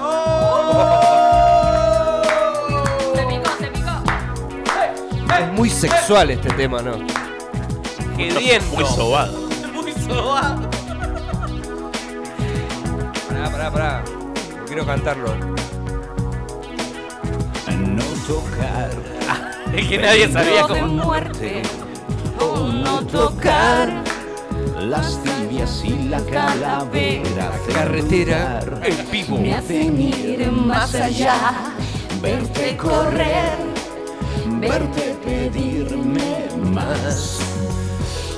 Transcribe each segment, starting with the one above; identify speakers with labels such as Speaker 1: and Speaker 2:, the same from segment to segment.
Speaker 1: Oh.
Speaker 2: sexual este tema, ¿no?
Speaker 1: Gediendo.
Speaker 3: Muy sobado.
Speaker 1: Muy sobado.
Speaker 2: Pará, pará, pará. Quiero cantarlo.
Speaker 4: No tocar
Speaker 1: Es que nadie sabía
Speaker 5: de
Speaker 1: cómo.
Speaker 5: muerte o no
Speaker 4: tocar
Speaker 5: tocar
Speaker 4: las tibias y la calavera.
Speaker 2: Carretera.
Speaker 4: celular.
Speaker 1: El pico.
Speaker 5: me hacen ir más allá, verte correr,
Speaker 4: Verte pedirme más.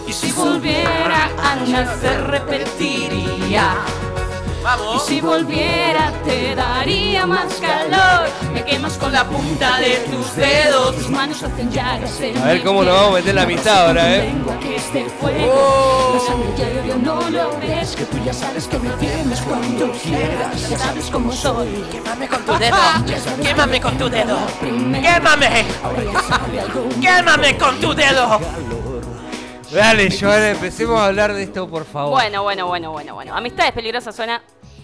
Speaker 5: y si volviera a nacer repetiría. Y
Speaker 1: Vamos.
Speaker 5: si volviera te daría más calor Me quemas con la punta de tus dedos Tus manos hacen llagas en
Speaker 2: A ver
Speaker 5: mi
Speaker 2: cómo nos
Speaker 5: piel.
Speaker 2: vamos a meter la mitad ahora,
Speaker 5: Tu
Speaker 2: ¿eh?
Speaker 5: lengua que es de fuego
Speaker 1: Oh.
Speaker 5: La sangre que yo no lo ves Que tú ya sabes que me tienes cuando quieras Ya sabes cómo soy
Speaker 1: Quémame con tu dedo. Quémame con tu dedo. Quémame.
Speaker 5: Ahora ya sale algo
Speaker 1: Quémame con tu dedo.
Speaker 2: Dale, Joana, empecemos a hablar de esto, por favor.
Speaker 6: Bueno, bueno, bueno, bueno, bueno. Amistades peligrosas suena,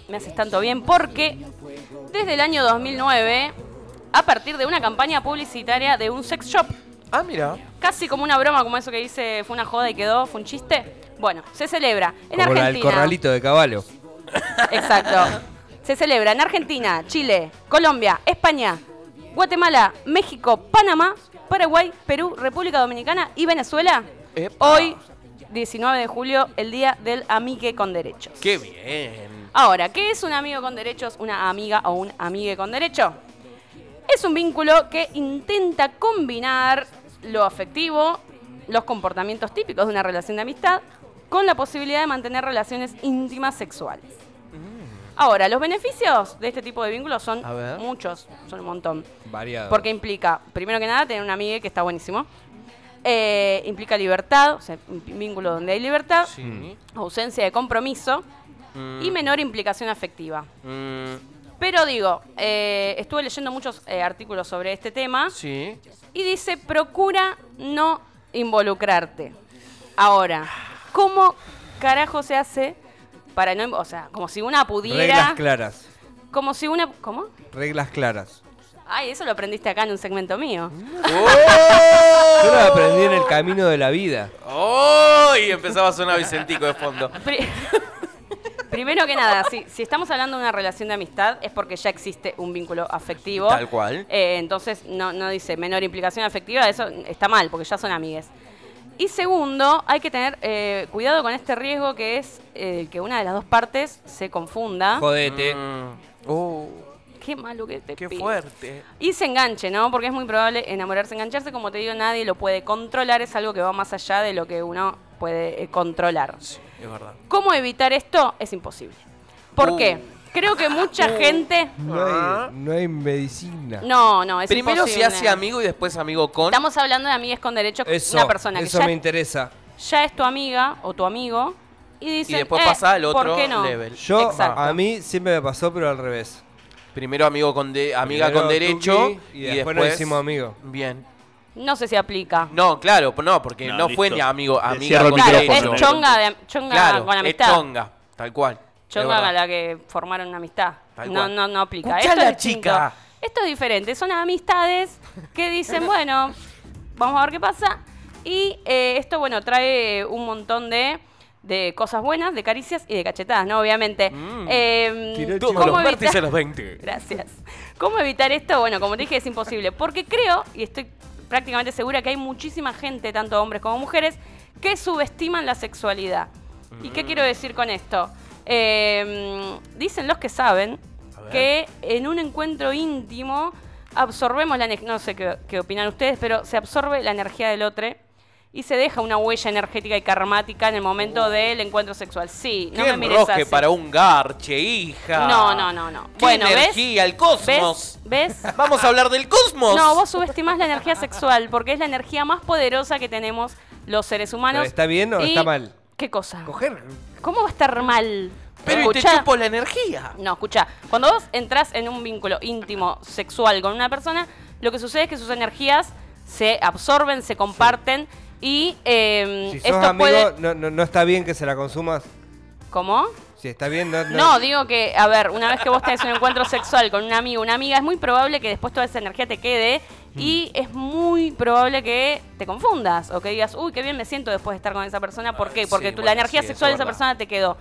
Speaker 6: me haces tanto bien, porque desde el año 2009, a partir de una campaña publicitaria de un sex shop,
Speaker 1: Ah, mira.
Speaker 6: casi como una broma, como eso que dice, fue una joda y quedó, fue un chiste. Bueno, se celebra en
Speaker 2: Como la del
Speaker 6: Argentina.
Speaker 2: corralito de caballo.
Speaker 6: Exacto. Se celebra en Argentina, Chile, Colombia, España, Guatemala, México, Panamá, Paraguay, Perú, República Dominicana y Venezuela.
Speaker 1: Epa.
Speaker 6: Hoy, 19 de julio, el día del amigue con derechos.
Speaker 1: Qué bien.
Speaker 6: Ahora, ¿qué es un amigo con derechos, una amiga o un amigue con derecho? Es un vínculo que intenta combinar lo afectivo, los comportamientos típicos de una relación de amistad, con la posibilidad de mantener relaciones íntimas sexuales. Ahora, los beneficios de este tipo de vínculos son
Speaker 2: Mm. A ver.
Speaker 6: muchos, son un montón.
Speaker 1: Ah.
Speaker 2: Variado.
Speaker 6: Porque implica, primero que nada, tener un amigue que está buenísimo. Eh, implica libertad, o sea, un vínculo donde hay libertad, Mm.
Speaker 1: Sí.
Speaker 6: ausencia de compromiso y menor implicación afectiva.
Speaker 1: Mm,
Speaker 6: Pero digo, eh, estuve leyendo muchos eh, artículos sobre este tema
Speaker 1: sí.
Speaker 6: y dice, procura no involucrarte. Ahora, ¿cómo carajo se hace para no... invo- O sea, como si una
Speaker 2: Reglas
Speaker 6: pudiera...
Speaker 2: claras.
Speaker 6: Como si una... ¿Cómo?
Speaker 2: Reglas claras.
Speaker 6: Ay, eso lo aprendiste acá en un segmento mío.
Speaker 1: Mm.
Speaker 2: Yo lo aprendí en el camino de la vida.
Speaker 1: ¡Oh! Y empezaba a sonar Vicentico de fondo.
Speaker 6: Pri- Primero que nada, si, si estamos hablando de una relación de amistad es porque ya existe un vínculo afectivo.
Speaker 1: Tal cual.
Speaker 6: Eh, entonces no, no dice menor implicación afectiva, eso está mal porque ya son amigues. Y segundo, hay que tener eh, cuidado con este riesgo que es eh, que una de las dos partes se confunda.
Speaker 2: Jodete.
Speaker 1: Mm. Oh,
Speaker 6: Qué malo que te
Speaker 1: qué
Speaker 6: pido.
Speaker 1: fuerte.
Speaker 6: Y se enganche, ¿no? Porque es muy probable enamorarse, engancharse. Como te digo, nadie lo puede controlar. Es algo que va más allá de lo que uno puede eh, controlar.
Speaker 1: Sí, es verdad.
Speaker 6: ¿Cómo evitar esto? Es imposible. ¿Por
Speaker 1: Uh.
Speaker 6: qué? Creo que mucha gente.
Speaker 2: No hay, no hay medicina.
Speaker 6: No, no, es
Speaker 1: Primero
Speaker 6: imposible.
Speaker 1: se hace amigo y después amigo con.
Speaker 6: Estamos hablando de amigues con derechos.
Speaker 2: Eso,
Speaker 6: una persona que
Speaker 2: eso
Speaker 6: ya,
Speaker 2: me interesa.
Speaker 6: ya es tu amiga o tu amigo y dice.
Speaker 1: Y después pasa al otro
Speaker 6: ¿por qué no?
Speaker 1: level.
Speaker 2: Yo,
Speaker 6: Exacto.
Speaker 2: a mí siempre me pasó, pero al revés.
Speaker 1: Primero amigo con de- amiga
Speaker 2: Primero
Speaker 1: con derecho
Speaker 2: tuki, y después nos hicimos amigos.
Speaker 1: Bien.
Speaker 6: No sé si aplica.
Speaker 1: No, claro, p- no, porque no,
Speaker 3: No,
Speaker 1: fue
Speaker 3: listo.
Speaker 1: ni amigo,
Speaker 3: Le
Speaker 1: amiga
Speaker 3: cierro el
Speaker 1: con
Speaker 6: Claro,
Speaker 3: micrófono,
Speaker 1: derecho.
Speaker 6: es
Speaker 3: negro.
Speaker 6: chonga, de, chonga
Speaker 1: Claro,
Speaker 6: con
Speaker 1: es
Speaker 6: amistad.
Speaker 1: chonga, tal cual. es
Speaker 6: Chonga
Speaker 1: verdad.
Speaker 6: con la que formaron una amistad.
Speaker 1: Tal
Speaker 6: No,
Speaker 1: cual.
Speaker 6: no, no aplica.
Speaker 1: Escuchá
Speaker 6: Esto
Speaker 1: la
Speaker 6: es distinto.
Speaker 1: chica.
Speaker 6: Esto es diferente. Son amistades que dicen, bueno, vamos a ver qué pasa. Y eh, esto, bueno, trae un montón de, de cosas buenas, de caricias y de cachetadas, ¿no? Obviamente.
Speaker 1: Mm.
Speaker 6: Eh,
Speaker 2: Tiró
Speaker 1: Todos
Speaker 6: ¿cómo
Speaker 1: los
Speaker 6: evitar-
Speaker 1: vértices a los 20.
Speaker 6: Gracias. ¿Cómo evitar esto? Bueno, como te dije, es imposible. Porque creo, y estoy prácticamente segura, que hay muchísima gente, tanto hombres como mujeres, que subestiman la sexualidad. ¿Y
Speaker 1: Mm.
Speaker 6: qué quiero decir con esto? Eh, dicen los que saben
Speaker 1: A ver.
Speaker 6: que en un encuentro íntimo absorbemos la... ener- No sé qué, qué opinan ustedes, pero se absorbe la energía del otro y se deja una huella energética y karmática en el momento del encuentro sexual. Sí, no
Speaker 1: Uh. Qué
Speaker 6: me mires
Speaker 1: enrosque
Speaker 6: así.
Speaker 1: para un garche, hija.
Speaker 6: No, no, no, no.
Speaker 1: Qué
Speaker 6: Bueno, ¿ves?
Speaker 1: energía, el cosmos.
Speaker 6: ¿Ves? ¿Ves?
Speaker 1: Vamos a hablar del cosmos.
Speaker 6: No, vos subestimás la energía sexual porque es la energía más poderosa que tenemos los seres humanos.
Speaker 2: ¿Está bien o
Speaker 6: Y-
Speaker 2: está mal?
Speaker 6: ¿Qué cosa?
Speaker 2: Coger.
Speaker 6: ¿Cómo va a estar mal?
Speaker 1: Pero y te
Speaker 6: Escuchá-
Speaker 1: chupo la energía.
Speaker 6: No, escucha. Cuando vos entras en un vínculo íntimo sexual con una persona, lo que sucede es que sus energías se absorben, se comparten y eh,
Speaker 2: Si sos
Speaker 6: esto
Speaker 2: amigo,
Speaker 6: puede.
Speaker 2: no, no- no está bien que se la consumas.
Speaker 6: ¿Cómo?
Speaker 2: Si está bien, no.
Speaker 6: No, digo que, a ver, una vez que vos tenés un encuentro sexual con un amigo, una amiga, es muy probable que después toda esa energía te quede y
Speaker 2: Mm.
Speaker 6: es muy probable que te confundas o que digas, uy, qué bien me siento después de estar con esa persona. ¿Por qué? Porque
Speaker 2: Ah, sí,
Speaker 6: tú, la
Speaker 2: bueno,
Speaker 6: energía
Speaker 2: sí, eso
Speaker 6: sexual de
Speaker 2: es
Speaker 6: esa
Speaker 2: verdad.
Speaker 6: persona te quedó.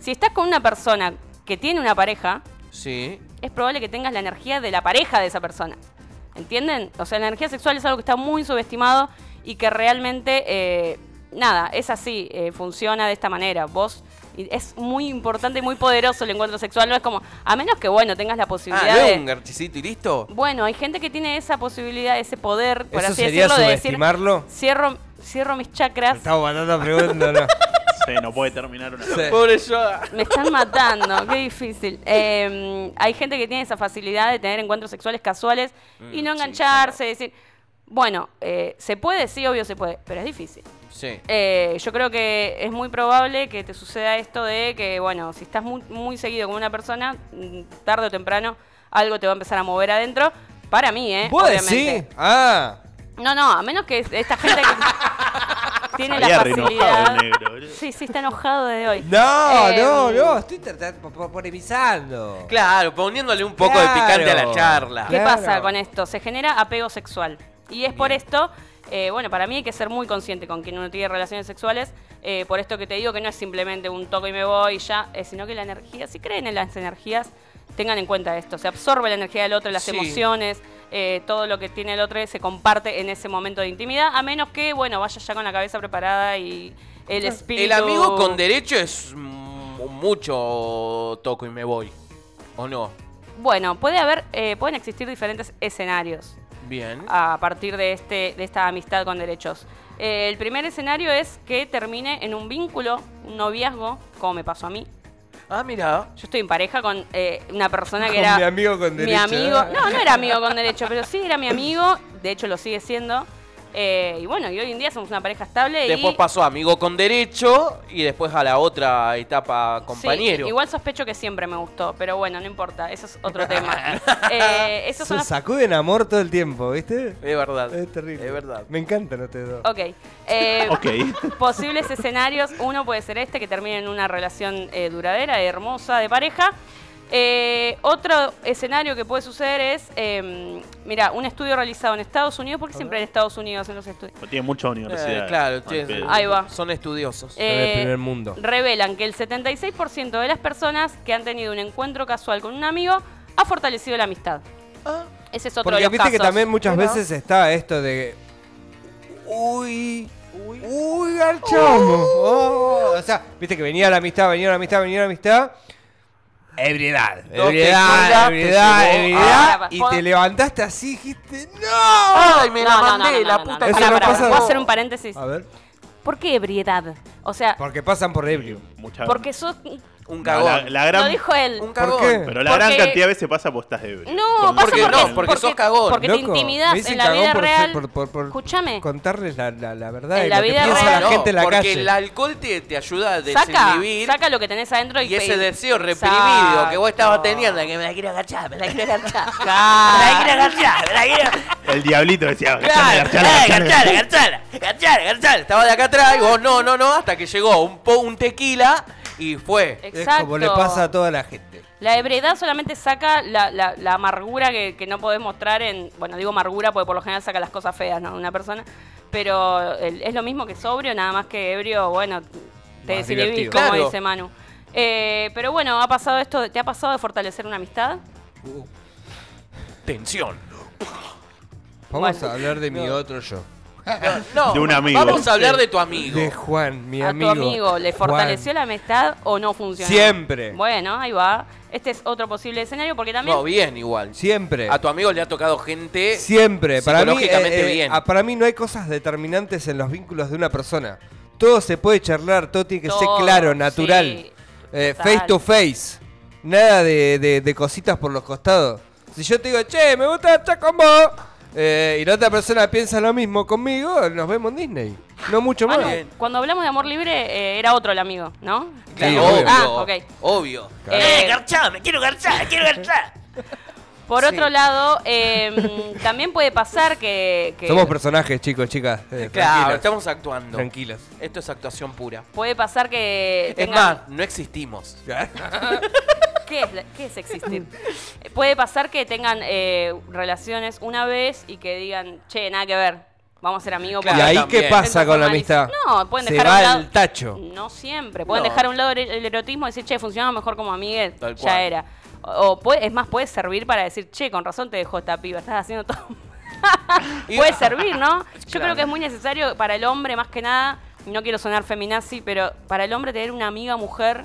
Speaker 6: Si estás con una persona que tiene una pareja,
Speaker 2: Sí.
Speaker 1: Ah,
Speaker 6: es probable que tengas la energía de la pareja de esa persona. ¿Entienden? O sea, la energía sexual es algo que está muy subestimado y que realmente, eh, nada, es así, eh, funciona de esta manera. Vos, y es muy importante y muy poderoso el encuentro sexual, no es como, a menos que, bueno, tengas la posibilidad
Speaker 3: Ah,
Speaker 6: de...
Speaker 3: no, un garchicito y listo.
Speaker 6: Bueno, hay gente que tiene esa posibilidad, ese poder, por
Speaker 2: ¿Eso
Speaker 6: así
Speaker 2: sería
Speaker 6: decirlo, de decir,
Speaker 2: subestimarlo?
Speaker 6: cierro, cierro mis chakras,
Speaker 2: Estamos matando preguntas, no.
Speaker 7: Sí, no puede terminar una.
Speaker 2: Sí.
Speaker 3: Pobre Yoda.
Speaker 6: Me están matando, qué difícil. Eh, hay gente que tiene esa facilidad de tener encuentros sexuales casuales
Speaker 7: Mm,
Speaker 6: y no engancharse, decir, bueno, eh, se puede, sí, obvio se puede, pero es difícil.
Speaker 3: Sí.
Speaker 6: Eh, yo creo que es muy probable que te suceda esto de que, bueno, si estás muy, muy seguido con una persona, mm, tarde o temprano algo te va a empezar a mover adentro. Para mí, ¿eh?
Speaker 2: ¿Vos
Speaker 6: Obviamente.
Speaker 2: decís? Ah.
Speaker 6: No, no, a menos que esta gente que tiene la
Speaker 7: Había re enojado
Speaker 6: facilidad.
Speaker 7: el negro, boludo.
Speaker 6: Sí, sí, está enojado de hoy.
Speaker 2: No,
Speaker 6: Eh,
Speaker 2: no, no. Estoy tratando, po- po- polemizando.
Speaker 3: Claro, poniéndole un poco de
Speaker 2: Claro.
Speaker 3: picante a la charla.
Speaker 6: ¿Qué
Speaker 2: Claro.
Speaker 6: pasa con esto? Se genera apego sexual. Y es por esto, eh, bueno, para mí hay que ser muy consciente con quien uno tiene relaciones sexuales, eh, por esto que te digo que no es simplemente un toco y me voy y ya, eh, sino que la energía, si creen en las energías, tengan en cuenta esto, se absorbe la energía del otro, las
Speaker 3: Sí.
Speaker 6: emociones, eh, todo lo que tiene el otro se comparte en ese momento de intimidad, a menos que, bueno, vaya ya con la cabeza preparada y el espíritu...
Speaker 3: El amigo con derecho es mm, mucho toco y me voy. ¿O no?
Speaker 6: Bueno, puede haber, eh, pueden existir diferentes escenarios.
Speaker 3: Bien.
Speaker 6: a partir de, este, de esta amistad con derechos. Eh, el primer escenario es que termine en un vínculo, un noviazgo, como me pasó a mí.
Speaker 3: Ah, mira.
Speaker 6: Yo estoy en pareja con eh, una persona que
Speaker 2: Con
Speaker 6: era...
Speaker 2: mi amigo con
Speaker 6: mi
Speaker 2: derecho. ¿eh?
Speaker 6: amigo- no, no era amigo con derecho, pero sí era mi amigo, de hecho lo sigue siendo. Eh, y bueno, y hoy en día somos una pareja estable
Speaker 3: Después
Speaker 6: y...
Speaker 3: pasó a amigo con derecho y después a la otra etapa
Speaker 6: Sí,
Speaker 3: compañero.
Speaker 6: igual sospecho que siempre me gustó, pero bueno, no importa, eso es otro tema. Eh, esos son
Speaker 2: Se
Speaker 6: los
Speaker 2: sacuden amor todo el tiempo, ¿viste?
Speaker 3: Es verdad.
Speaker 2: Es terrible.
Speaker 3: Es verdad.
Speaker 2: Me encantan ustedes dos.
Speaker 6: Ok. Eh,
Speaker 7: Ok.
Speaker 6: Posibles escenarios. Uno puede ser este, que termine en una relación eh, duradera, hermosa, de pareja. Eh, otro escenario que puede suceder es, eh, mira, un estudio realizado en Estados Unidos. ¿Por qué siempre en Estados Unidos en los estudios?
Speaker 7: Tiene mucha universidad.
Speaker 3: Eh, claro,
Speaker 7: Al
Speaker 3: che,
Speaker 7: pedo.
Speaker 6: Ahí va.
Speaker 3: son estudiosos.
Speaker 2: en el
Speaker 6: Eh,
Speaker 2: primer mundo.
Speaker 6: Revelan que el 76% de las personas que han tenido un encuentro casual con un amigo ha fortalecido la amistad. Ese es otro
Speaker 2: Ah. Porque
Speaker 6: de los
Speaker 2: viste que
Speaker 6: casos.
Speaker 2: también muchas
Speaker 3: Bueno.
Speaker 2: veces está esto de. Uy. Uy, garchamos. Oh, o sea, viste que venía la amistad, venía la amistad, venía la amistad. Ebriedad,
Speaker 3: Dos
Speaker 2: ebriedad,
Speaker 3: tequila te
Speaker 2: ebriedad,
Speaker 3: llevó
Speaker 2: ebriedad.
Speaker 6: a-
Speaker 2: Y te levantaste así, dijiste, ¡No!
Speaker 3: ¡Ay, me la
Speaker 6: No, no, no,
Speaker 3: mandé!
Speaker 6: no,
Speaker 3: la
Speaker 6: no, no,
Speaker 3: puta
Speaker 6: no,
Speaker 2: Eso
Speaker 3: que
Speaker 6: pará,
Speaker 2: no
Speaker 3: la
Speaker 6: pará,
Speaker 2: pasa-
Speaker 6: Voy a hacer un paréntesis.
Speaker 2: A ver,
Speaker 6: ¿Por qué ebriedad? O sea,
Speaker 2: porque pasan por ebrio.
Speaker 7: Mucha-
Speaker 6: porque sos...
Speaker 3: Un
Speaker 7: No,
Speaker 3: cagón.
Speaker 7: la, la gran,
Speaker 6: Lo dijo él.
Speaker 3: Un
Speaker 2: ¿Por
Speaker 3: cagón.
Speaker 2: qué?
Speaker 7: Pero la gran
Speaker 6: Porque-
Speaker 7: cantidad de veces pasa porque estás ebrio.
Speaker 6: No,
Speaker 7: Con-
Speaker 6: pasa
Speaker 3: Porque
Speaker 6: porque,
Speaker 3: no, porque sos cagón.
Speaker 6: Porque te
Speaker 2: Loco, me
Speaker 6: intimidás
Speaker 2: dicen
Speaker 6: en la
Speaker 2: cagón
Speaker 6: vida
Speaker 2: por ser-
Speaker 6: real.
Speaker 2: por- por- por
Speaker 6: Escúchame.
Speaker 2: Contarles la, la, la verdad
Speaker 6: En
Speaker 2: de
Speaker 6: la
Speaker 2: lo que
Speaker 6: vida
Speaker 2: piensa
Speaker 6: real.
Speaker 2: la
Speaker 3: No,
Speaker 2: gente en la
Speaker 3: porque
Speaker 2: calle.
Speaker 3: el alcohol te, te ayuda a
Speaker 6: Saca,
Speaker 3: desinhibir
Speaker 6: saca lo que tenés adentro y,
Speaker 3: y ese
Speaker 6: pedí.
Speaker 3: deseo reprimido que vos estabas teniendo, que me la quiero agachar, me la quiero agachar, me la
Speaker 6: Claro.
Speaker 3: quiero agachar, me la quiero...
Speaker 7: El diablito decía, "Agachame, agachame,
Speaker 3: Claro, eh,
Speaker 7: agachame".
Speaker 3: agachala, agachala, agachala, agachala. Estaba de acá atrás y vos no, no, no, hasta que llegó un, po- un tequila y fue.
Speaker 2: Es
Speaker 6: Exacto.
Speaker 2: como le pasa a toda la gente.
Speaker 6: La ebriedad solamente saca la, la- la amargura que, que no podés mostrar en. Bueno, digo amargura porque por lo general saca las cosas feas, ¿no? de Una persona. Pero el- es lo mismo que sobrio, nada más que ebrio, bueno, te
Speaker 2: Más
Speaker 6: desinhibís,
Speaker 2: divertido.
Speaker 6: como
Speaker 3: Claro.
Speaker 6: dice Manu. Eh, pero bueno, ha pasado esto, de- ¿te ha pasado de fortalecer una amistad?
Speaker 3: Tensión.
Speaker 2: Vamos
Speaker 6: Bueno.
Speaker 2: a hablar de mi otro yo.
Speaker 3: No,
Speaker 7: De un amigo.
Speaker 3: Vamos a hablar de tu amigo.
Speaker 2: De Juan, mi
Speaker 6: a
Speaker 2: amigo.
Speaker 6: tu amigo le
Speaker 2: Juan.
Speaker 6: fortaleció la amistad o no funcionó.
Speaker 2: Siempre.
Speaker 6: Bueno, ahí va. Este es otro posible escenario porque también
Speaker 3: No, bien igual.
Speaker 2: Siempre.
Speaker 3: A tu amigo le ha tocado gente.
Speaker 2: Siempre. Para mí,
Speaker 3: Psicológicamente
Speaker 2: eh, eh,
Speaker 3: bien.
Speaker 2: ah, para mí no hay cosas determinantes en los vínculos de una persona. Todo se puede charlar, todo tiene que
Speaker 6: Todo,
Speaker 2: ser claro, natural.
Speaker 6: sí,
Speaker 2: Eh,
Speaker 6: total.
Speaker 2: face to face. Nada de, de- de cositas por los costados. Si yo te digo, che, me gusta estar con vos. eh, y la otra persona piensa lo mismo conmigo, nos vemos en Disney. ¿Ah, No mucho más.
Speaker 6: Manu, cuando hablamos de amor libre eh, era otro el amigo, ¿no?
Speaker 2: Sí,
Speaker 3: Claro,
Speaker 2: obvio.
Speaker 3: obvio.
Speaker 6: Ah, ok.
Speaker 3: Obvio.
Speaker 6: Eh,
Speaker 3: garchame, quiero garchar, quiero garchar.
Speaker 6: Por
Speaker 3: Sí.
Speaker 6: otro lado, eh, también puede pasar que, que
Speaker 2: Somos personajes, chicos, chicas. eh,
Speaker 3: Claro,
Speaker 2: tranquilos.
Speaker 3: estamos actuando.
Speaker 2: Tranquilos.
Speaker 3: Esto es actuación pura.
Speaker 6: puede pasar que
Speaker 3: Es
Speaker 6: tengan-
Speaker 3: más, no existimos.
Speaker 6: ¿Qué es, la- qué es existir? Eh, Puede pasar que tengan eh, relaciones una vez y que digan, che, nada que ver, vamos a ser amigos.
Speaker 3: Claro,
Speaker 6: porque
Speaker 2: ¿Y ahí
Speaker 3: también.
Speaker 2: qué pasa
Speaker 6: Entonces,
Speaker 2: con la
Speaker 6: mal-
Speaker 2: amistad?
Speaker 6: No, pueden
Speaker 2: Se
Speaker 6: dejar a
Speaker 2: va
Speaker 6: un lado- Mm.
Speaker 2: el tacho.
Speaker 6: No siempre. Pueden
Speaker 3: No.
Speaker 6: dejar a un lado el- el erotismo y decir, che, funcionaba mejor como amigues.
Speaker 3: Tal cual.
Speaker 6: Ya era. O, o puede- es más, puede servir para decir, che, con razón te dejó esta piba, estás haciendo todo.
Speaker 3: Y-
Speaker 6: puede servir, ¿no? Yo
Speaker 3: Claro.
Speaker 6: creo que es muy necesario para el hombre, más que nada, no quiero sonar feminazi, pero para el hombre tener una amiga mujer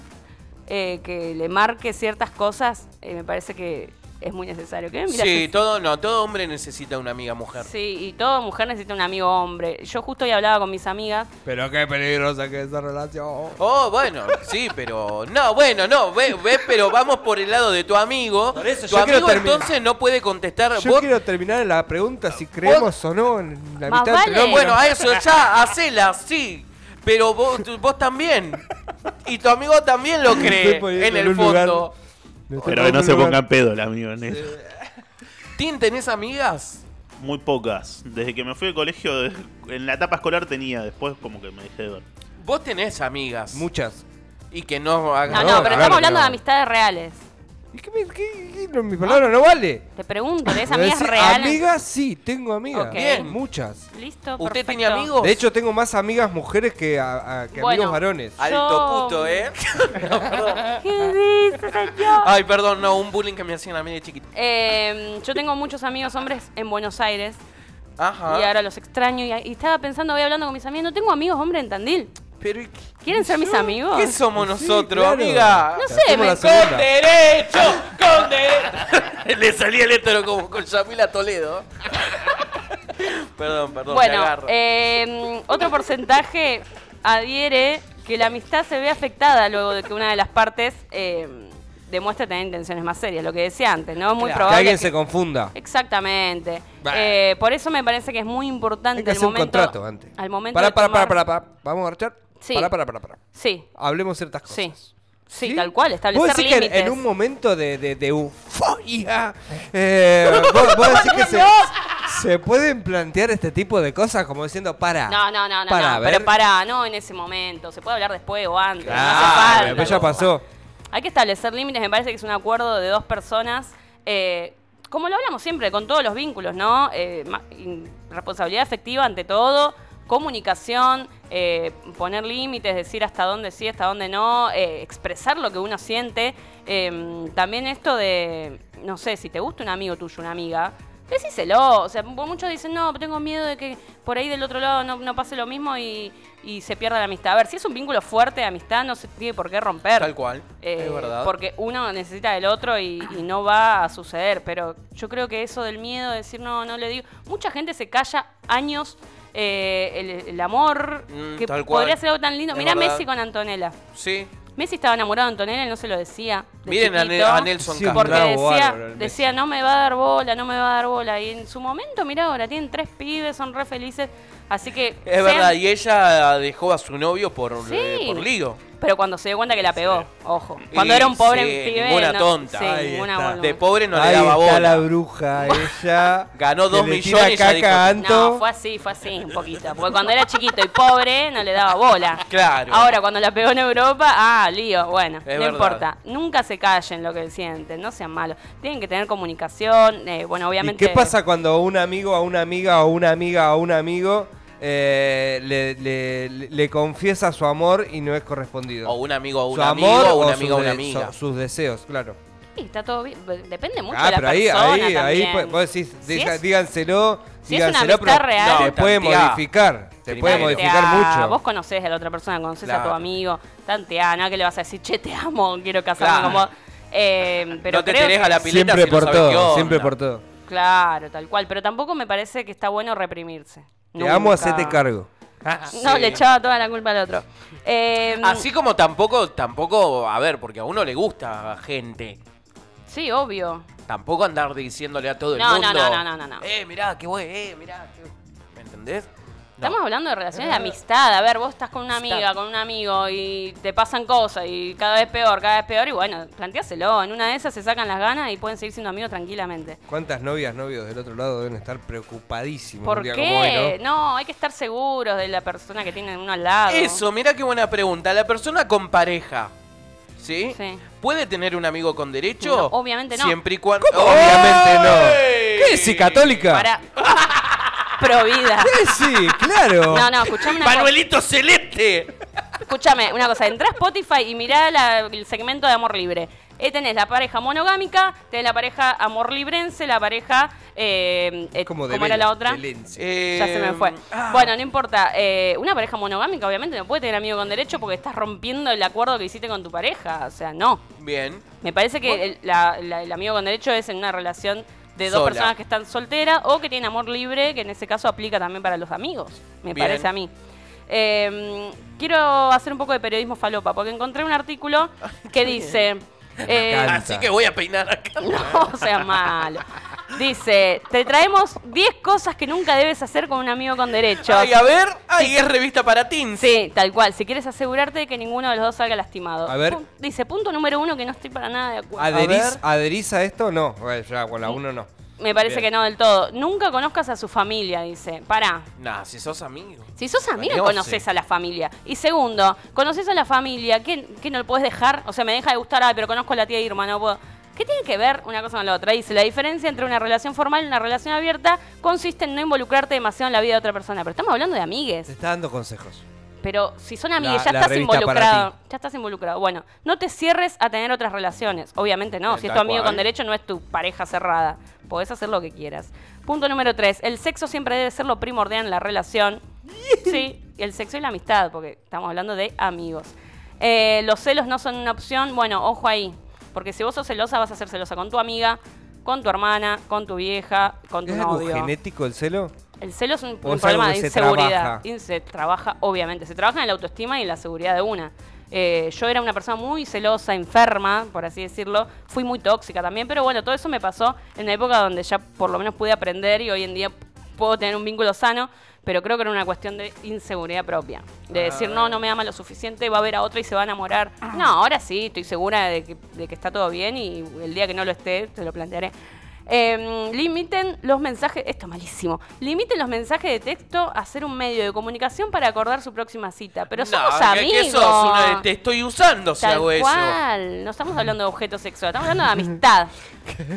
Speaker 6: eh, que le marque ciertas cosas, eh, me parece que es muy necesario. ¿Qué me mirás
Speaker 3: Sí,
Speaker 6: así?
Speaker 3: todo, no, todo hombre necesita una amiga mujer.
Speaker 6: Sí, y toda mujer necesita un amigo hombre. Yo justo hoy hablaba con mis amigas
Speaker 2: Pero qué peligrosa que es esa relación.
Speaker 3: Oh, bueno, sí, pero. No, bueno, no, ve, ve, pero vamos por el lado de tu amigo.
Speaker 2: Por eso
Speaker 3: tu
Speaker 2: yo quiero
Speaker 3: amigo
Speaker 2: terminar.
Speaker 3: entonces no puede contestar.
Speaker 2: Yo
Speaker 3: vos-
Speaker 2: quiero terminar la pregunta si creemos o no en la
Speaker 6: Más
Speaker 2: mitad
Speaker 6: vale.
Speaker 2: entre hombres.
Speaker 3: Bueno, a eso ya, hacela, sí. Pero vos, tú- vos también. Y tu amigo también lo cree,
Speaker 2: Estoy poniendo
Speaker 3: en
Speaker 2: en
Speaker 3: el
Speaker 2: un lugar.
Speaker 3: fondo.
Speaker 2: Me estoy
Speaker 7: Pero que no
Speaker 2: poniendo
Speaker 7: se
Speaker 2: en un
Speaker 7: pongan
Speaker 2: lugar-
Speaker 7: pedo, el amigo en eso.
Speaker 3: ¿Tin, tenés amigas?
Speaker 7: Muy pocas. Desde que me fui al colegio, en la etapa escolar tenía, después como que me dejé de ver.
Speaker 3: Vos tenés amigas.
Speaker 2: Muchas.
Speaker 3: Y que no hagan.
Speaker 6: No,
Speaker 2: Ah,
Speaker 6: no, pero
Speaker 2: no, claro que
Speaker 6: estamos hablando
Speaker 2: no.
Speaker 6: de amistades reales.
Speaker 2: ¿Y qué, me- qué- qué- no, mi palabra no vale?
Speaker 6: Te pregunto, ¿tenés
Speaker 2: Amigas
Speaker 6: amigas reales?
Speaker 2: Amigas, sí, tengo amigas.
Speaker 6: Ok.
Speaker 3: Bien.
Speaker 2: Muchas.
Speaker 6: Listo,
Speaker 3: ¿Usted tiene
Speaker 6: perfecto.
Speaker 3: amigos?
Speaker 2: De hecho, tengo más amigas mujeres que, a- a- que
Speaker 6: Bueno.
Speaker 2: amigos varones.
Speaker 3: Alto
Speaker 6: Yo-
Speaker 3: puto, ¿eh?
Speaker 6: ¿Qué dices, señor?
Speaker 3: Ay, perdón, no, un bullying que me hacían a mí de chiquito.
Speaker 6: Eh, yo tengo muchos amigos hombres en Buenos Aires
Speaker 3: Ajá.
Speaker 6: y ahora los extraño. Y, y estaba pensando, voy hablando con mis amigos, no tengo amigos hombres en Tandil.
Speaker 3: Pero, ¿y qué-
Speaker 6: ¿Quieren ser mis amigos?
Speaker 3: ¿Qué Ah, somos
Speaker 2: Sí,
Speaker 3: nosotros,
Speaker 2: claro.
Speaker 3: amiga?
Speaker 6: No sé,
Speaker 2: Hacemos
Speaker 6: me-
Speaker 2: la
Speaker 3: ¡Con
Speaker 2: segunda.
Speaker 3: derecho! ¡Con derecho! Le salía el hétero como con Yamila Toledo. perdón, perdón, me
Speaker 6: bueno,
Speaker 3: agarro.
Speaker 6: eh, otro porcentaje adhiere que la amistad se ve afectada luego de que una de las partes eh, demuestre tener intenciones más serias, lo que decía antes, ¿no? Muy
Speaker 3: Claro.
Speaker 2: Que
Speaker 6: probable.
Speaker 2: alguien
Speaker 6: que-
Speaker 2: se confunda.
Speaker 6: Exactamente.
Speaker 2: Bah.
Speaker 6: Eh, por eso me parece que es muy
Speaker 2: Hay
Speaker 6: importante
Speaker 2: que
Speaker 6: el
Speaker 2: hacer un
Speaker 6: momento.
Speaker 2: contrato antes.
Speaker 6: Al momento
Speaker 2: Para,
Speaker 6: de
Speaker 2: para,
Speaker 6: tomar-
Speaker 2: para, para, Vamos a marchar.
Speaker 6: Sí.
Speaker 2: Para, para, para, para.
Speaker 6: Sí,
Speaker 2: Hablemos ciertas cosas.
Speaker 6: sí. Sí, tal cual,
Speaker 2: ¿Vos
Speaker 6: establecer
Speaker 2: decís que en-
Speaker 6: límites.
Speaker 2: en un momento de, de, de euforia, eh, vos, vos decís que se, se pueden plantear este tipo de cosas como diciendo, para.
Speaker 6: No, no, no, no,
Speaker 2: para
Speaker 6: no,
Speaker 2: ver-
Speaker 6: pero pará, no en ese momento, se puede hablar después o antes, no hace
Speaker 2: Ah,
Speaker 6: falta.
Speaker 2: después ya pasó.
Speaker 6: Hay que establecer límites, me parece que es un acuerdo de dos personas, eh, como lo hablamos siempre, con todos los vínculos, ¿no? Eh, ma- in- responsabilidad efectiva ante todo, comunicación, eh, poner límites, decir hasta dónde sí, hasta dónde no, eh, expresar lo que uno siente. Eh, también esto de, no sé, si te gusta un amigo tuyo, una amiga. Decíselo, o sea, mu- muchos dicen, no, tengo miedo de que por ahí del otro lado no, no pase lo mismo y, y se pierda la amistad. A ver, si es un vínculo fuerte de amistad, no se tiene por qué romper.
Speaker 3: Tal cual.
Speaker 6: Eh,
Speaker 3: es verdad.
Speaker 6: Porque uno necesita del otro y, y no va a suceder. Pero yo creo que eso del miedo, de decir no, no le digo. Mucha gente se calla años eh, el, el amor,
Speaker 3: Mm,
Speaker 6: que
Speaker 3: tal cual.
Speaker 6: podría ser algo tan lindo.
Speaker 3: Es
Speaker 6: Mirá
Speaker 3: verdad.
Speaker 6: Messi con Antonella.
Speaker 3: Sí.
Speaker 6: Messi estaba enamorado de Antonella y no se lo decía. de
Speaker 3: Miren a, Ne-
Speaker 6: chiquito,
Speaker 3: a Nelson
Speaker 2: Sí,
Speaker 3: Castro.
Speaker 6: Porque
Speaker 2: Bravo,
Speaker 6: decía,
Speaker 2: bárbaro el Messi.
Speaker 6: decía, no me va a dar bola, no me va a dar bola. Y en su momento, mirá ahora, tienen tres pibes, son re felices. Así que.
Speaker 3: Es
Speaker 6: sean-
Speaker 3: verdad, y ella dejó a su novio por,
Speaker 6: Sí.
Speaker 3: eh, por lío.
Speaker 6: Pero cuando se dio cuenta que la pegó, ojo. Cuando
Speaker 3: Y
Speaker 6: era un pobre
Speaker 3: sí,
Speaker 6: pibe.
Speaker 3: ninguna
Speaker 6: no-
Speaker 3: tonta.
Speaker 6: sí,
Speaker 3: Ahí
Speaker 6: ninguna
Speaker 2: está.
Speaker 6: boluda.
Speaker 3: De pobre no
Speaker 2: Ahí
Speaker 3: le daba
Speaker 2: está
Speaker 3: bola.
Speaker 2: la bruja, ella.
Speaker 3: Ganó
Speaker 2: que
Speaker 3: dos
Speaker 2: le tira
Speaker 3: millones, ya
Speaker 2: caca
Speaker 3: dijo.
Speaker 2: a
Speaker 6: No,
Speaker 2: Anto.
Speaker 6: fue así, fue así, un poquito. Porque cuando era chiquito y pobre, no le daba bola.
Speaker 3: Claro.
Speaker 6: Ahora, cuando la pegó en Europa, ah, lío. Bueno, no
Speaker 3: verdad.
Speaker 6: importa. Nunca se callen lo que sienten, no sean malos. Tienen que tener comunicación. eh, bueno,
Speaker 2: ¿Y
Speaker 6: obviamente.
Speaker 2: qué pasa cuando un amigo a una amiga o una amiga a un amigo eh, le, le- le- le confiesa su amor y no es correspondido?
Speaker 3: O un amigo a un
Speaker 2: su
Speaker 3: amigo,
Speaker 2: amor
Speaker 3: o un
Speaker 2: sus
Speaker 3: amigo a una
Speaker 2: de-
Speaker 3: amiga.
Speaker 2: su- sus deseos, claro.
Speaker 6: Sí, está todo bien. pues, Depende mucho
Speaker 2: Ah,
Speaker 6: de la
Speaker 2: pero ahí,
Speaker 6: persona.
Speaker 2: ahí, ahí,
Speaker 6: también.
Speaker 2: pues, vos decís,
Speaker 6: Si
Speaker 2: diga-
Speaker 6: es-
Speaker 2: díganselo,
Speaker 6: si es una
Speaker 2: díganselo,
Speaker 6: amistad real-
Speaker 2: te
Speaker 3: No,
Speaker 2: puede
Speaker 3: tanteá.
Speaker 2: modificar, te puede
Speaker 3: Primero.
Speaker 2: modificar
Speaker 6: Tanteá,
Speaker 2: mucho.
Speaker 6: Vos conocés a la otra persona, conocés a tu
Speaker 3: Claro.
Speaker 6: amigo, tanteá, no que le vas a decir, che, te amo, quiero casarme con
Speaker 3: Claro.
Speaker 6: vos. Eh, pero
Speaker 3: no te
Speaker 6: creo
Speaker 3: tirés
Speaker 6: que-
Speaker 3: a la pileta
Speaker 2: siempre
Speaker 3: si no
Speaker 2: por
Speaker 3: sabés qué
Speaker 2: todo,
Speaker 3: onda.
Speaker 2: siempre por todo.
Speaker 6: Claro, tal cual. Pero tampoco me parece que está bueno reprimirse.
Speaker 2: Te amo,
Speaker 6: Nunca.
Speaker 2: hacete cargo.
Speaker 6: Ah, No,
Speaker 3: Sí.
Speaker 6: le echaba toda la culpa al otro. Eh,
Speaker 2: Ah,
Speaker 3: Así como tampoco, tampoco, a ver, porque a uno le gusta gente.
Speaker 6: Sí, obvio.
Speaker 3: Tampoco andar diciéndole a todo el
Speaker 6: No, no,
Speaker 3: mundo.
Speaker 6: no, no, no, no, no.
Speaker 3: Eh, mirá, qué bueno, eh, mirá. qué bu-". ¿Me entendés?
Speaker 6: Estamos hablando de relaciones de amistad. A ver, vos estás con una amiga,
Speaker 3: Amistad.
Speaker 6: con un amigo y te pasan cosas y cada vez peor, cada vez peor. Y bueno, planteáselo. En una de esas se sacan las ganas y pueden seguir siendo amigos tranquilamente.
Speaker 2: ¿Cuántas novias, novios del otro lado deben estar preocupadísimos
Speaker 6: ¿Por
Speaker 2: un día como hoy,
Speaker 6: qué? Eh,
Speaker 2: no?
Speaker 6: No, hay que estar seguros de la persona que tienen uno al lado.
Speaker 3: Eso, mira qué buena pregunta. La persona con pareja, ¿sí?
Speaker 6: Sí.
Speaker 3: ¿Puede tener un amigo con derecho?
Speaker 6: No, obviamente no.
Speaker 3: Siempre y cuando.
Speaker 2: Obviamente no. ¿Qué decís, católica?
Speaker 6: Para. Pro vida.
Speaker 2: ¿Qué decís? Claro.
Speaker 6: No, no, escuchame una cosa.
Speaker 3: ¡Manuelito Celeste!
Speaker 6: Escuchame una cosa. Entrá a Spotify y mirá la- el segmento de amor libre. Eh, tenés la pareja monogámica, tenés la pareja amor librense, la pareja. eh, eh,
Speaker 2: Como de
Speaker 6: ¿Cómo era
Speaker 2: Vélez,
Speaker 6: la otra?
Speaker 2: de Lense.
Speaker 3: Eh,
Speaker 6: Ya se me fue.
Speaker 3: ah,
Speaker 6: Bueno, no importa. Eh, una pareja monogámica, obviamente, no puede tener amigo con derecho porque estás rompiendo el acuerdo que hiciste con tu pareja. O sea, no.
Speaker 3: Bien.
Speaker 6: Me parece que el, la- la- el amigo con derecho es en una relación de dos
Speaker 3: Sola.
Speaker 6: personas que están solteras o que tienen amor libre, que en ese caso aplica también para los amigos, me
Speaker 3: Bien.
Speaker 6: parece a mí. Eh, quiero hacer un poco de periodismo falopa, porque encontré un artículo que dice... eh,
Speaker 2: encanta.
Speaker 3: Así que voy a peinar acá.
Speaker 6: no seas malo. Dice, te traemos 10 cosas que nunca debes hacer con un amigo con derecho.
Speaker 3: Ay, a ver. Ay, es revista para teens.
Speaker 6: Sí, tal cual. Si quieres asegurarte de que ninguno de los dos salga lastimado.
Speaker 2: A ver.
Speaker 6: Pun- Dice, punto número uno, que no estoy para nada de acuerdo.
Speaker 2: ¿Aderís,
Speaker 3: ver.
Speaker 2: aderís a esto? No. Bueno, ya, con la uno no.
Speaker 6: Me parece
Speaker 2: Bien.
Speaker 6: que no del todo. Nunca conozcas a su familia, dice. Pará.
Speaker 3: Nah, si sos amigo.
Speaker 6: Si sos amigo,
Speaker 3: Valioso.
Speaker 6: conoces a la familia. Y segundo, conoces a la familia. ¿Qué, qué no lo puedes dejar? O sea, me deja de gustar, ay, pero conozco a la tía Irma, no puedo. ¿Qué tiene que ver una cosa con la otra? Dice, la diferencia entre una relación formal y una relación abierta consiste en no involucrarte demasiado en la vida de otra persona. Pero estamos hablando de amigues.
Speaker 2: Te está dando consejos.
Speaker 6: Pero si son amigos,
Speaker 2: La-
Speaker 6: ya
Speaker 2: la
Speaker 6: estás
Speaker 2: revista para
Speaker 6: involucrado.
Speaker 2: ti.
Speaker 6: Ya estás involucrado. Bueno, no te cierres a tener otras relaciones. Obviamente no.
Speaker 2: Bien,
Speaker 6: Si es tu
Speaker 2: tal
Speaker 6: amigo
Speaker 2: cual.
Speaker 6: con derecho, no es tu pareja cerrada. Podés hacer lo que quieras. Punto número tres. El sexo siempre debe ser lo primordial en la relación. Sí, el sexo y la amistad, porque estamos hablando de amigos. Eh, los celos no son una opción. Bueno, ojo ahí. Porque si vos sos celosa, vas a ser celosa con tu amiga, con tu hermana, con tu vieja, con tu
Speaker 2: ¿Es algo
Speaker 6: novio.
Speaker 2: genético el celo?
Speaker 6: El celo es un,
Speaker 2: O
Speaker 6: un
Speaker 2: es
Speaker 6: problema
Speaker 2: algo
Speaker 6: de
Speaker 2: que se
Speaker 6: inseguridad.
Speaker 2: trabaja.
Speaker 6: Y se trabaja, obviamente. Se trabaja en la autoestima y en la seguridad de una. Eh, yo era una persona muy celosa, enferma, por así decirlo. Fui muy tóxica también, pero bueno, todo eso me pasó en una época donde ya por lo menos pude aprender y hoy en día puedo tener un vínculo sano, pero creo que era una cuestión de inseguridad propia.
Speaker 2: Ah.
Speaker 6: De decir, no, no me ama lo suficiente, va a ver a otro y se va a enamorar. No, ahora sí, estoy segura de que, de que está todo bien y el día que no lo esté, te lo plantearé. Em, limiten los mensajes, esto es malísimo, limiten los mensajes de texto a ser un medio de comunicación para acordar su próxima cita. Pero somos
Speaker 3: que-
Speaker 6: amigos.
Speaker 3: Que sos una- te estoy usando si
Speaker 6: Tal
Speaker 3: hago eso.
Speaker 6: cual. No estamos hablando de objeto sexual, estamos hablando de amistad.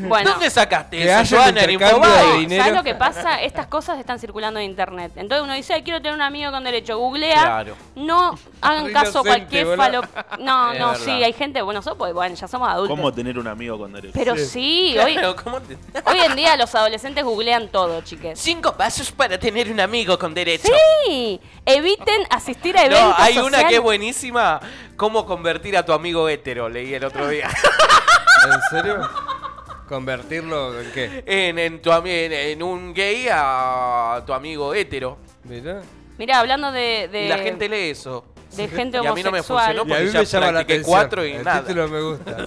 Speaker 6: Bueno.
Speaker 3: ¿Dónde sacaste
Speaker 2: Que
Speaker 3: eso,
Speaker 2: haya un
Speaker 3: Joana, en
Speaker 2: intercambio
Speaker 3: Infobay?
Speaker 2: de dinero.
Speaker 6: ¿Sabes lo que pasa? Estas cosas están circulando en internet. Entonces uno dice, "Ay, quiero tener un amigo con derecho. Googlea.
Speaker 3: Claro.
Speaker 6: No hagan
Speaker 2: Re
Speaker 6: caso a
Speaker 2: inocente,
Speaker 6: cualquier
Speaker 2: boludo.
Speaker 6: falo. No,
Speaker 3: Es
Speaker 6: no,
Speaker 3: verdad.
Speaker 6: sí, hay gente. Bueno, nosotros, pues, bueno, ya somos adultos.
Speaker 7: ¿Cómo tener un amigo con derecho?
Speaker 6: Pero sí, hoy,
Speaker 3: Claro, ¿cómo te-
Speaker 6: hoy en día los adolescentes googlean todo, chiques.
Speaker 3: Cinco pasos para tener un amigo con derecho.
Speaker 6: Sí, eviten asistir a eventos.
Speaker 3: No, hay una
Speaker 6: sociales.
Speaker 3: que es buenísima. ¿Cómo convertir a tu amigo hétero? Leí el otro día.
Speaker 2: ¿En serio? ¿Convertirlo en qué?
Speaker 3: en, en, tu, ami- en, en un gay a tu amigo hétero.
Speaker 2: Mirá.
Speaker 6: Mirá, hablando de, de,
Speaker 3: Y la gente lee eso.
Speaker 6: de gente
Speaker 3: Y a mí no me
Speaker 6: homosexual.
Speaker 3: funcionó.
Speaker 2: Y a mí me
Speaker 3: Porque ya
Speaker 2: llama la
Speaker 3: practiqué
Speaker 2: atención.
Speaker 3: cuatro y
Speaker 2: el
Speaker 3: nada.
Speaker 2: título me gusta.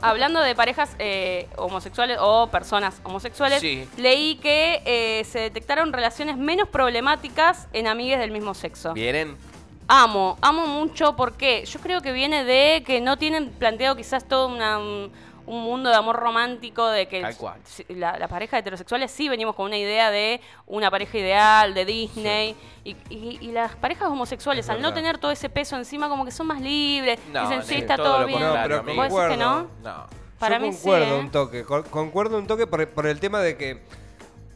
Speaker 6: Hablando de parejas eh, homosexuales o personas homosexuales,
Speaker 3: Sí.
Speaker 6: leí que eh, se detectaron relaciones menos problemáticas en amigues del mismo sexo.
Speaker 3: ¿Vienen?
Speaker 6: Amo, amo mucho porque yo creo que viene de que no tienen planteado quizás todo una, un, un mundo de amor romántico, de que
Speaker 3: Tal cual.
Speaker 6: si- la, la pareja heterosexuales sí venimos con una idea de una pareja ideal, de Disney, y, y- y las parejas homosexuales,
Speaker 2: Es
Speaker 6: al no
Speaker 2: verdad.
Speaker 6: tener todo ese peso encima, como que son más libres,
Speaker 3: No,
Speaker 6: dicen sí,
Speaker 3: nene,
Speaker 6: está
Speaker 3: todo
Speaker 6: todo,
Speaker 3: lo
Speaker 6: bien.
Speaker 2: contrario, No, pero
Speaker 6: ¿Vos decís que no?
Speaker 2: concuerdo.
Speaker 3: No.
Speaker 6: Para
Speaker 2: Yo
Speaker 6: mí sí,
Speaker 2: concuerdo
Speaker 6: ¿eh?
Speaker 2: un toque. con- Concuerdo un toque por, por el tema de que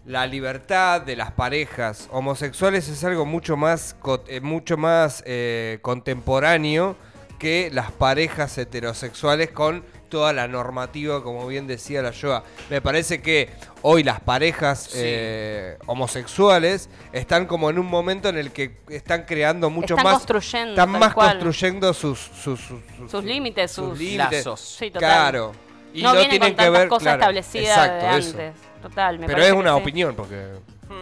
Speaker 2: la libertad de las parejas homosexuales es algo mucho más, co- eh, mucho más eh, contemporáneo que las parejas heterosexuales con toda la normativa, como bien decía la Joa. Me parece que hoy las parejas eh, homosexuales están como en un momento en el que están creando mucho
Speaker 6: Están
Speaker 2: más...
Speaker 6: construyendo,
Speaker 2: Están
Speaker 6: tal
Speaker 2: más
Speaker 6: cual.
Speaker 2: construyendo sus... Sus, sus-
Speaker 6: Sus límites, sus-
Speaker 3: Lazos.
Speaker 6: Sí, total.
Speaker 2: Claro. Y
Speaker 6: no,
Speaker 2: no,
Speaker 6: vienen
Speaker 2: tienen
Speaker 6: con
Speaker 2: que
Speaker 6: tantas
Speaker 2: ver
Speaker 6: cosas
Speaker 2: claro,
Speaker 6: establecidas
Speaker 2: exacto,
Speaker 6: de
Speaker 2: eso.
Speaker 6: antes. Total, me
Speaker 2: Pero
Speaker 6: parece
Speaker 2: es
Speaker 6: que Hmm.
Speaker 2: una
Speaker 6: sí.
Speaker 2: opinión porque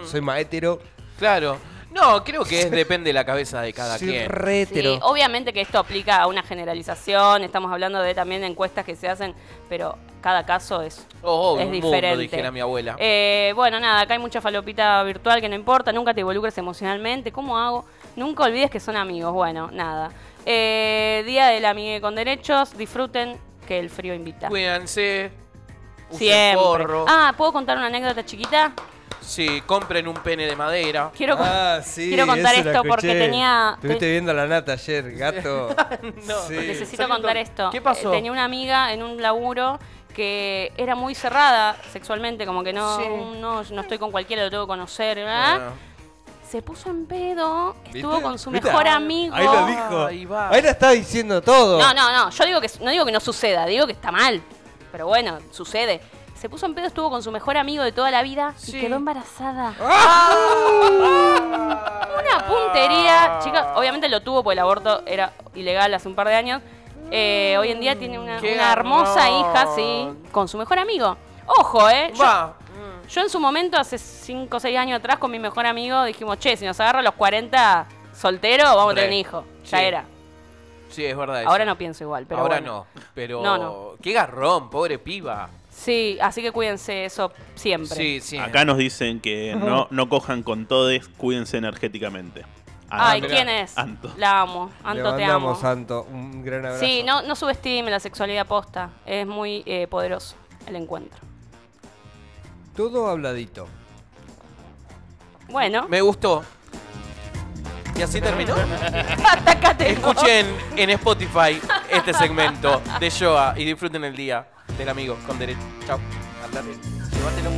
Speaker 2: soy más hetero.
Speaker 3: Claro. No, creo que es, depende de la cabeza de cada
Speaker 2: Sí,
Speaker 3: quien.
Speaker 2: re
Speaker 6: Sí,
Speaker 2: hetero.
Speaker 6: obviamente que esto aplica a una generalización, estamos hablando de también encuestas que se hacen, pero cada caso es,
Speaker 3: Oh,
Speaker 6: es
Speaker 3: un mundo,
Speaker 6: diferente.
Speaker 3: dijera mi abuela.
Speaker 6: Eh, bueno, nada, acá hay mucha falopita virtual que no importa, nunca te involucres emocionalmente, ¿cómo hago? Nunca olvides que son amigos, bueno, nada. Eh, Día del Amigue con Derechos, disfruten que el frío invita.
Speaker 3: Cuídense. usen
Speaker 6: Siempre.
Speaker 3: forro.
Speaker 6: Ah, ¿puedo contar una anécdota chiquita?
Speaker 3: Sí, compren un pene de madera.
Speaker 6: Quiero, con-
Speaker 2: Ah, sí,
Speaker 6: quiero contar
Speaker 2: eso la
Speaker 6: esto porque
Speaker 2: escuché.
Speaker 6: tenía...
Speaker 2: Estuviste viendo a la nata ayer, gato.
Speaker 3: No,
Speaker 2: Sí.
Speaker 6: Necesito
Speaker 3: Salió
Speaker 6: contar
Speaker 3: con-
Speaker 6: esto.
Speaker 3: ¿Qué pasó?
Speaker 6: Eh, Tenía una amiga en un laburo que era muy cerrada sexualmente, como que no,
Speaker 3: Sí.
Speaker 6: no, no estoy con cualquiera, lo tengo que conocer, ¿verdad?
Speaker 3: Ah.
Speaker 6: Se puso en pedo, estuvo
Speaker 2: ¿Viste?
Speaker 6: con su
Speaker 2: ¿Viste? Ah,
Speaker 6: mejor amigo.
Speaker 2: Ahí lo dijo.
Speaker 3: Ahí va.
Speaker 2: Ahí la está diciendo todo.
Speaker 6: No, no, no. Yo digo que no digo que no suceda, digo que está mal. Pero bueno, sucede. Se puso en pedo, estuvo con su mejor amigo de toda la vida
Speaker 3: Sí.
Speaker 6: y quedó embarazada.
Speaker 3: Ah.
Speaker 6: Una puntería, chicas. Obviamente lo tuvo porque el aborto era ilegal hace un par de años. Eh, hoy en día tiene una,
Speaker 3: Qué
Speaker 6: una hermosa
Speaker 3: amor.
Speaker 6: hija, sí, con su mejor amigo. Ojo, ¿eh? Yo-
Speaker 3: Ah. Va.
Speaker 6: yo en su momento, hace 5 o 6 años atrás, con mi mejor amigo, dijimos, che, si nos agarra a los 40 solteros, vamos a
Speaker 3: Re.
Speaker 6: tener un hijo. Ya
Speaker 3: Sí.
Speaker 6: era.
Speaker 3: Sí, es verdad. eso.
Speaker 6: Ahora no pienso igual, pero
Speaker 3: Ahora
Speaker 6: bueno.
Speaker 3: no. Pero.
Speaker 6: No, no.
Speaker 3: Qué garrón, pobre piba.
Speaker 6: Sí, así que cuídense eso siempre.
Speaker 3: Sí, sí.
Speaker 7: Acá nos dicen que no, no cojan con todes, cuídense energéticamente. Ah,
Speaker 6: Ay,
Speaker 7: mirá.
Speaker 6: ¿quién es?
Speaker 7: Anto.
Speaker 6: La amo.
Speaker 2: Le
Speaker 6: Anto, te amo.
Speaker 2: mandamos, Santo, un gran abrazo.
Speaker 6: Sí, no, no subestime la sexualidad posta. Es muy eh, poderoso el encuentro.
Speaker 2: Todo habladito.
Speaker 6: Bueno,
Speaker 3: Me gustó. Y así terminó.
Speaker 6: atacate.
Speaker 3: Escuchen en Spotify este segmento de Joa y disfruten el día del amigo con derecho. Chao. Andate. Llévatelo.